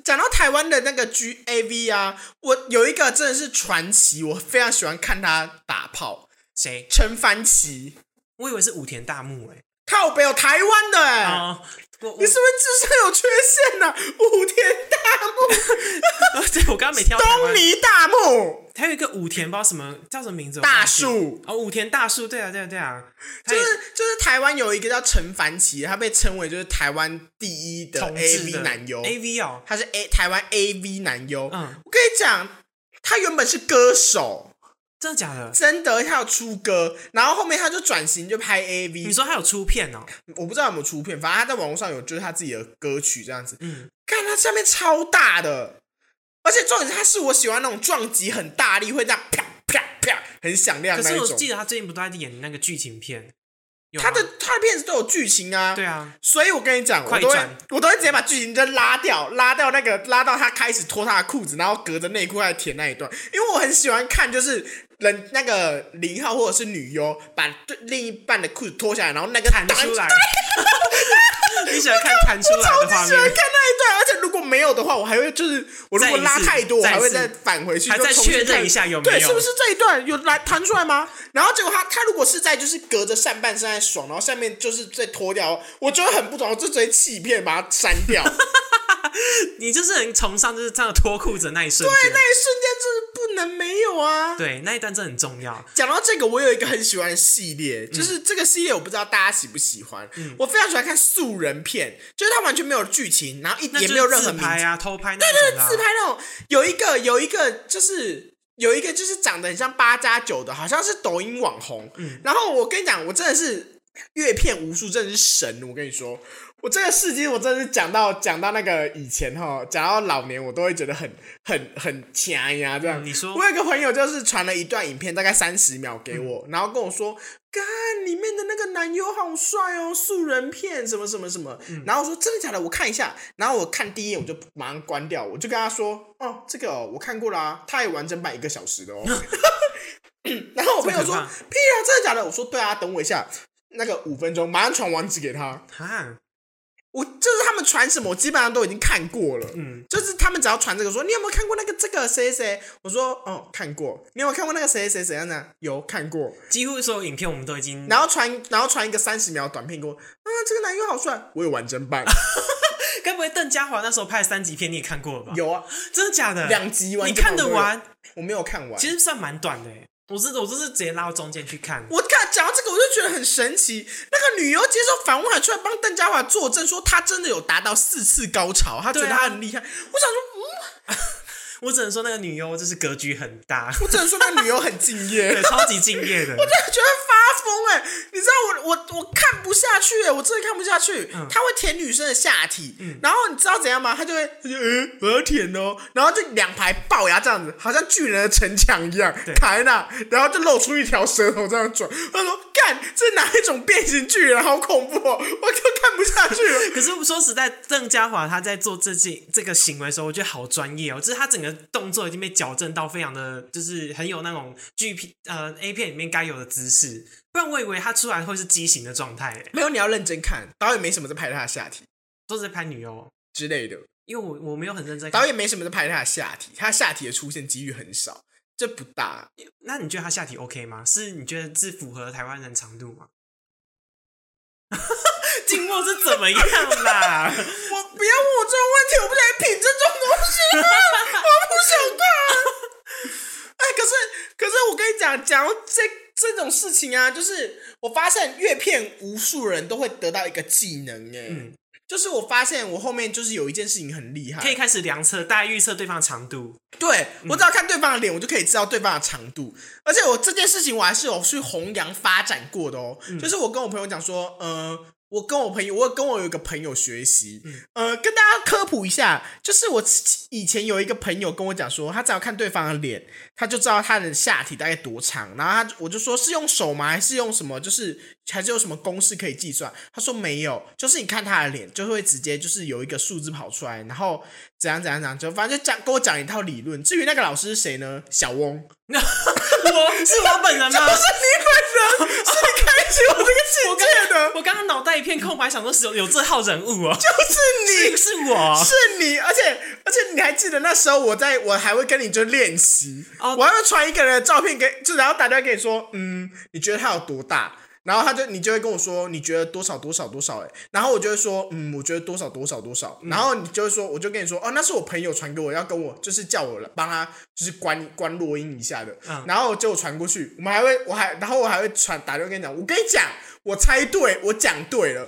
讲到台湾的那个 G A V 啊，我有一个真的是传奇，我非常喜欢看他打炮，谁？陈凡奇，我以为是武田大木哎、靠北有台湾的哎、哦，我我你是不是智商有缺陷呐、啊？武田大木，呃对我刚刚没挑台湾东尼大木，还有一个武田，不知道什么叫什么名字，我大忘记了树哦，武田大树，对啊，对啊，对啊，他就也是就是台湾有一个叫陈凡奇，他被称为就是台湾第一的同 A 志 V 的男优， A V 哦，他是 A 台湾 A V 男优。嗯，我跟你讲，他原本是歌手，真的假的？真的他要出歌，然后后面他就转型就拍 A 你 V，说他有出片哦？我不知道有没有出片，反正他在网络上有就是他自己的歌曲这样子。嗯，看他下面超大的，而且重点是他是我喜欢那种撞击很大力，会这样啪啪啪很响亮可那是一我种记。得他最近不都在演那个剧情片？有啊吗他的他的片子都有剧情啊，对啊，所以我跟你讲，我快都会转我都会直接把剧情就拉掉，拉到那个拉到他开始脱他的裤子，然后隔着内裤来舔那一段，因为我很喜欢看就是人那个零号或者是女优把对另一半的裤子脱下来，然后那个弹出来。 你喜欢看弹出来超的级画喜欢 面，看那一段，而且如果没有的话，我还会就是我如果拉太多，我再一还次会再返回去，还再就重新确认看一下有没对，有是不是这一段有来弹出来吗？然后结果他他如果是在就是隔着上半身在爽，然后下面就是再脱掉，我就会很不爽，我就直接弃片把它删掉。那你就是很崇尚就是这样脱裤子的那一瞬间。一瞬间就是不能没有啊！对，那一段真的很重要。讲到这个，我有一个很喜欢的系列，就是这个系列我不知道大家喜不喜欢，嗯我非常喜欢看素人片，就是它完全没有剧情，然后一那也就没有是任何自名拍啊字。啊，偷拍那种的啊自拍那种，有一个有一个就是有一个就是长得很像八加九的，好像是抖音网红。嗯然后我跟你讲，我真的是阅片无数，真的是神！我跟你说，我这个事情我真的是讲到讲到那个以前哈，讲到老年，我都会觉得很很很掐呀这样。嗯你说我有一个朋友就是传了一段影片，大概三十秒给嗯我，然后跟我说。干里面的那个男优好帅哦，素人片什么什么什么，嗯然后我说真的假的，我看一下，然后我看第一眼我就马上关掉，我就跟他说，哦，这个、哦、我看过啦、他也完整版一个 小时的哦，然后我朋友这说很棒屁啊，真的假的？我说对啊，等我一下，那个五分钟马上传网址给他，哈，我就是他们传什么，我基本上都已经看过了，嗯，就是他们只要传这个说，你有没有看过那个这个谁谁谁？我说哦，看过。你有没有看过那个谁谁谁怎样呢？有看过。几乎所有影片我们都已经然后传，然后传一个三十秒短片给我，啊，这个男优好帅，我有完整版，该不会邓家华那时候拍的三级片你也看过了吧？，有啊，真的假的？两集完你整版看我都得有？完？我没有看完。 其实算蛮短的欸，我是我就是直接拉到中间去看。我看讲到这个，我就觉得很神奇。那个女优接受访问还出来帮邓家华作证，说她真的有达到四次高潮，她觉得对啊她很厉害。我想说，嗯我只能说那个女优就是格局很大，我只能说那个女优很敬业，对，超级敬业的。 真的觉得发疯哎、你知道我我我看不下去哎、我真的看不下去。嗯他会舔女生的下体，然后你知道怎样吗？他就会他就嗯、我要舔哦，然后就两排龅牙这样子，好像巨人的城墙一样对卡在那，然后就露出一条舌头这样转。他说：“干，这哪一种变形巨人？好恐怖哦！我就看不下 去了。”可是说实在，邓家华他在做这件这个行为的时候，我觉得好专业哦，就是他整个动作已经被矫正到非常的，就是很有那种剧片呃 A 片里面该有的姿势，不然我以为他出来会是畸形的状态欸。没有，你要认真看，导演没什么在拍他的下体都是在拍女优，之类的，因为我我没有很认真看导。演没什么在拍他的下体，他下体的出现几率很少，这不大。那你觉得他下体 OK 吗？是你觉得是符合台湾人长度吗？ 静默是怎么样啦？ 我不要问我这种问题，我不想品这种东西啊，我不想看。 哎，可是可是我跟你讲，讲到这这种事情啊，就是我发现阅片无数人都会得到一个技能、哎、嗯就是我发现我后面就是有一件事情很厉害，可以开始量测，大概预测对方的长度。对我只要看对方的脸，我就可以知道对方的长度。而且我这件事情我还是有去弘扬发展过的哦。就是我跟我朋友讲说，呃，我跟我朋友，我跟我有一个朋友学习，呃，跟大家科普一下，就是我以前有一个朋友跟我讲说，他只要看对方的脸，他就知道他的下体大概多长。然后他我就说是用手吗？还是用什么？就是还是有什么公式可以计算？他说没有，就是你看他的脸，就会直接就是有一个数字跑出来，然后怎样怎样怎样，就反正就讲跟我讲一套理论。至于那个老师是谁呢？小翁， 我是我本人 吗？是你本人，是你开启我这个 世界的，我刚刚脑袋一片空白，想说是有有这号人物哦， 就是你。是我。是你，而且而且你还记得那时候我在我还会跟你就练习，哦我还会传一个人的照片给，就然后打电话给你说，嗯，你觉得他有多大？然后他就你就会跟我说，你觉得多少多少多少、欸？然后我就会说，嗯，我觉得多少多少多嗯少。然后你就会说，我就跟你说，哦，那是我朋友传给我，要跟我就是叫我来帮他就是关关录音一下的。嗯然后结果传过去，我们还会我还然后我还会传打电话跟你讲，我跟你讲，我猜对，我讲对了。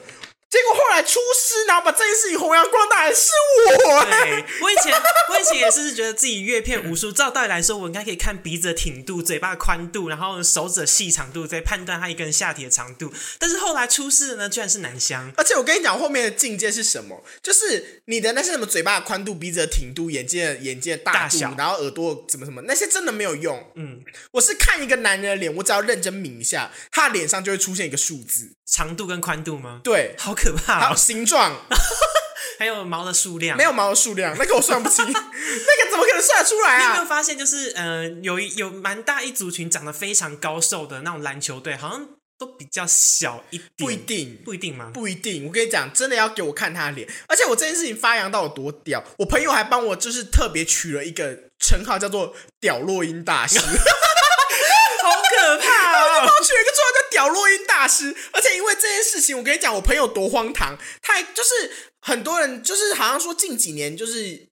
结果后来出师，然后把这件事情弘扬光大的是我、对，我以前我以前也是觉得自己阅片无数。照道理来说，我应该可以看鼻子的挺度、嘴巴的宽度，然后手指的细长度，再判断他一个人下体的长度。但是后来出事的呢，居然是男香。而且我跟你讲，后面的境界是什么？就是你的那些什么嘴巴的宽度、鼻子的挺度、眼睛的眼睛的大大度，小然后耳朵怎么什么，那些真的没有用。嗯，我是看一个男人的脸，我只要认真抿一下，他的脸上就会出现一个数字，长度跟宽度吗？对，好可还怕、有哦！形状，还有毛的数量，没有毛的数量，那个我 算不清，那个怎么可能算得出来你有没有啊？发现，就是呃，有一有蛮大一族群长得非常高瘦的那种篮球队，好像都比较小一点，不一定，不一定吗？不一定，我跟你讲，真的要给我看他的脸。而且我这件事情发扬到有多屌，我朋友还帮我就是特别取了一个称号，叫做“屌落音大师”，好 可怕、哦！帮我取了一个绰号叫“屌落音大师”。而且因为这件事情，我跟你讲，我朋友多荒唐，他还就是很多人就是好像说近几年就是。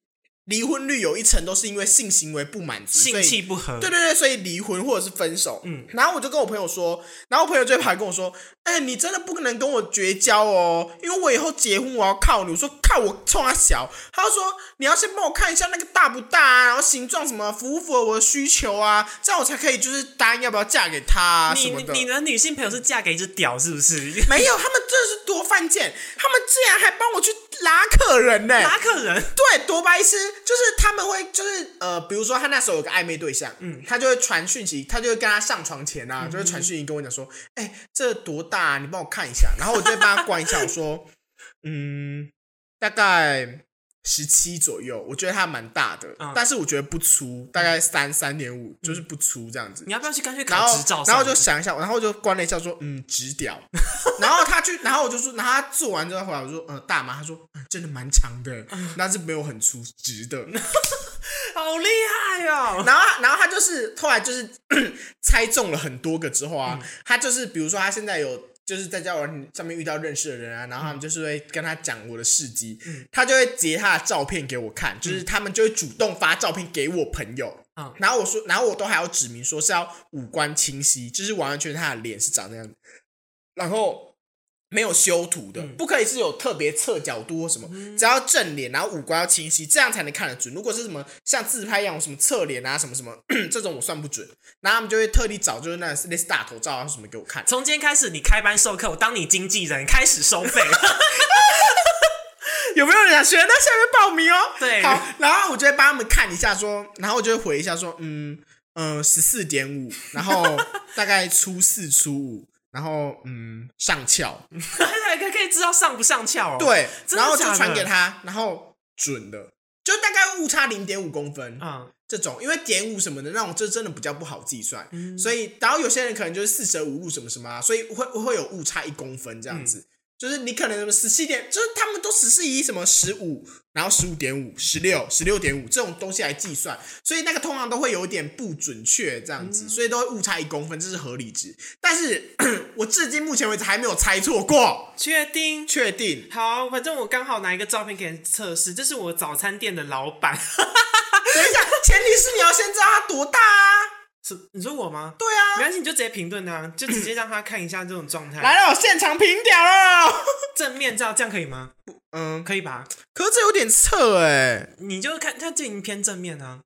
离婚率有一层都是因为性行为不满足，所性以气不合，对对对，所以离婚或者是分手。嗯，然后我就跟我朋友说，然后我朋友就跑来跟我说：“哎、你真的不可能跟我绝交哦，因为我以后结婚我要靠你。”我说：“靠我冲他小。”他就说：“你要先帮我看一下那个大不大啊，然后形状什么符不符合我的需求啊，这样我才可以就是答应要不要嫁给他、啊、什你么你的。”你的女性朋友是嫁给一只屌是不是？没有，他们真的是多犯贱，他们竟然还帮我去拉客人呢、拉客人，对，多白痴，就是他们会就是呃，比如说他那时候有个暧昧对象，嗯，他就会传讯息，他就会跟他上床前啊，就会传讯息跟我讲说，哎、这多大、啊？你帮我看一下，然后我就会帮他关一下，我说， 嗯，大概十七左右，我觉得它蛮大的，嗯但是我觉得不粗，大概三三点五，就是不粗这样子。你要不要去干脆然考后执照？然后就想一下，然后就关了一下，说嗯，直屌。 然后他去，然后我就说，然后他做完之后回来，我说呃，大妈，他说、嗯真的蛮长的，但是没有很粗，直的。好厉害哦！然后他，然后他就是后来就是 猜中了很多个之后啊，他就是比如说他现在有。就是在交友软件上面遇到认识的人啊，然后他们就是会跟他讲我的事迹，他就会截他的照片给我看，就是他们就会主动发照片给我朋友，嗯然后我说，然后我都还要指明说是要五官清晰，就是完完全全他的脸是长那样子，然后没有修图的，不可以是有特别侧角度或什么，只要正脸，然后五官要清晰，这样才能看得准。如果是什么像自拍一样，有什么侧脸啊，什么什 么这种我算不准。然后他们就会特地找就是那类似大头照啊什么给我看， 从今天开始，你开班授课，我当你经纪人，开始收 费。有没有人想学？那下面报名哦。对好，然后我就会帮他们看一下说，然后我就会回一下说，嗯嗯，十四点五，然后大概初四初五，然后嗯上翘，还可以可以知道上不上翘哦。，对，真的然后就假的传给他，然后准的，就大概误差零点五公分，嗯，这种，因为点五什么的那种，这真的比较不好计算，嗯所以然后有些人可能就是四舍五入什么什么、啊，所以会会有误差一公分嗯这样子。就是你可能什么十七点，就是他们都只是以什么十五，然后十五点五、十六、十六点五这种东西来计算，所以那个通常都会有一点不准确这样子，嗯所以都会误差一公分，这是合理值。但是 我至今目前为止还没有猜错过，确定。确定。好，反正我刚好拿一个照片给你测试，这是我早餐店的老 板。等一下，前提是你要先知道它多大啊。是你说我吗？对啊没，关系，你就直接评论他，就直接让他看一下这种状态。来了，现场评屌了。正面照这样可以吗？嗯，可以吧？可是这有点侧哎、你就看他这已经偏正面啊。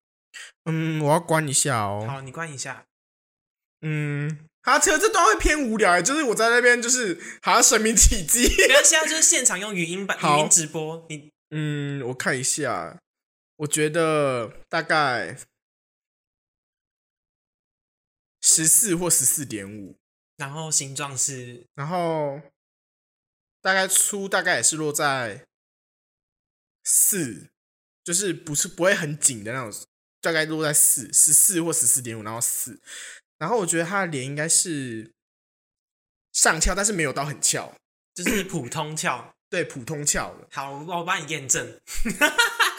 嗯，我要关一下哦。好，你关一下。嗯，好，其实这段会偏无聊哎、就是我在那边就是好像神明体积。 没关系啊，就是现场用语音版好语音直播。你嗯，我看一下，我觉得大概十四或十四点五，然后形状是然后大概粗大概也是落在四，就是不是不会很紧的那种，大概落在四十四或十四点五，然后四。然后我觉得他的脸应该是上翘，但是没有到很翘，就是普通 翘。对，普通翘的。好，我我帮你验证。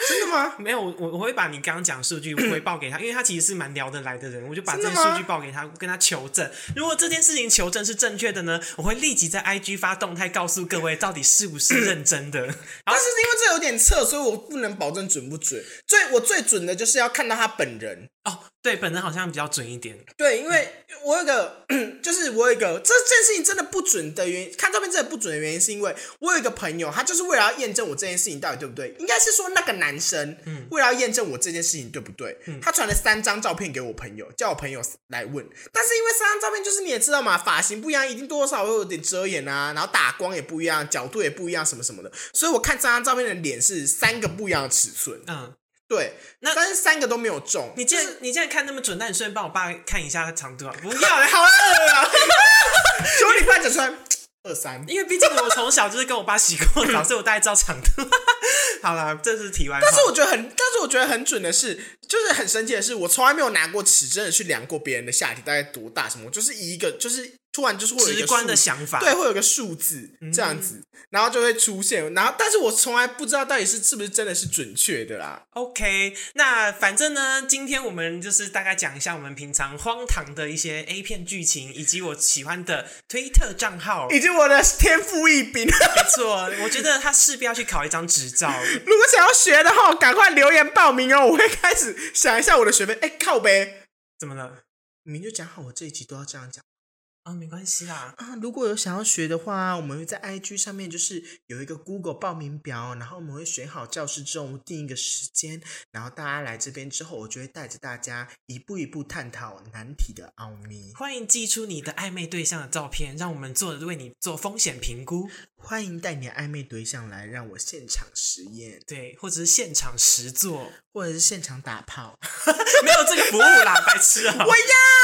真的吗？没有，我我我会把你刚刚讲的数据回报 给他，因为他其实是蛮聊得来的人，我就把这真些的数吗据报给他，跟他求证。如果这件事情求证是正确的呢，我会立即在 IG 发动态告诉各位到底是不是认真的。 然但后是因为这有点侧，所以我不能保证准不准。最我最准的就是要看到他本人，哦，对，本人好像比较准一点，对，因为嗯我有一个，就是我有一个这件事情真的不准的原因，看照片真的不准的原因，是因为我有一个朋友，他就是为了要验证我这件事情到底对不对，应该是说那个男生，嗯为了要验证我这件事情对不对，他传了三张照片给我朋友，叫我朋友来问，但是因为三张照片就是你也知道嘛，发型不一样，一定多多少少会有点遮掩啊，然后打光也不一样，角度也不一样，什么什么的，所以我看三张照片的脸是三个不一样的尺寸，嗯。对，那但是三个都没有中，你既就是然你既然看那么准，那你顺便帮我爸看一下他长度啊！不要啦，好 饿啊！ 结果你快讲出来，二三。因为毕竟我从小就是跟我爸洗过 澡，所以我大概知道长度。好啦，这是题外话。但是我觉得很，但是我觉得很准的是，就是很神奇的是，我从来没有拿过尺真的去量过别人的下体大概多大什么，我就是以一个就是突然就是会有一个直观的数想法，嗯对，会有个数字这样子，然后就会出现，然后但是我从来不知道到底是是不是真的是准确的啦。 OK，那反正呢，今天我们就是大概讲一下我们平常荒唐的一些 A 片剧情，以及我喜欢的推特账号。没以及我的天赋异禀， 如错，我觉得他势必要去考一张执照。果想要学的话，赶快留言报名哦！我会开始想一下我的学费。哎、靠呗，怎么了？你们就讲好，我这一集都要这样讲啊，没关系啦。啊。如果有想要学的话，我们会在 IG 上面就是有一个 Google 报名表，然后我们会选好教室之后，我们定一个时间，然后大家来这边之后，我就会带着大家一步一步探讨难题的奥秘。欢迎寄出你的暧昧对象的照片，让我们做为你做风险评估，欢迎带你的暧昧对象来，让我现场实验，对，或者是现场实做，或者是现场打炮。没有这个服务啦，白痴啊、我要。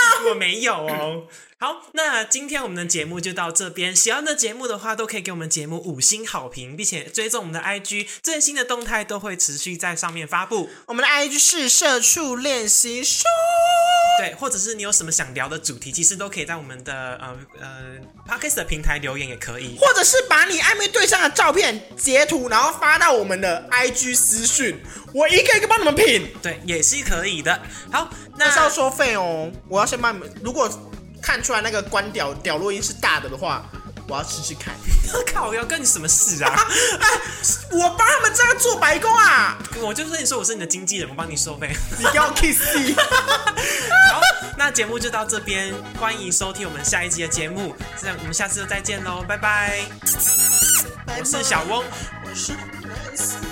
我没有哦。好，那今天我们的节目就到这边。喜欢的节目的话，都可以给我们节目五星好评，并且追踪我们的 IG，最新的动态都会持续在上面发布。 我们的 IG 是社畜练习书，对，或者是你有什么想聊的主题，其实都可以在我们的呃呃 Podcast 的平台留言也可以。或者是把你暧昧对象的照片截图，然后发到我们的 IG 私讯，我一个一个帮你们品，对，也是可以的。好，但是要那收费哦。我要先帮你们，如果看出来那个关屌屌落音是大的的话，我要试试看。 靠，要跟你什么事啊？哎，我帮他们这样做白工啊！ 我就跟你说，我是你的经纪人，我帮你收费。 你给我 kiss 你好，那节目就到这边，欢迎收听我们下一集的节目。这样，我们啊下次再见喽，拜拜。我是小翁。我是 Nancy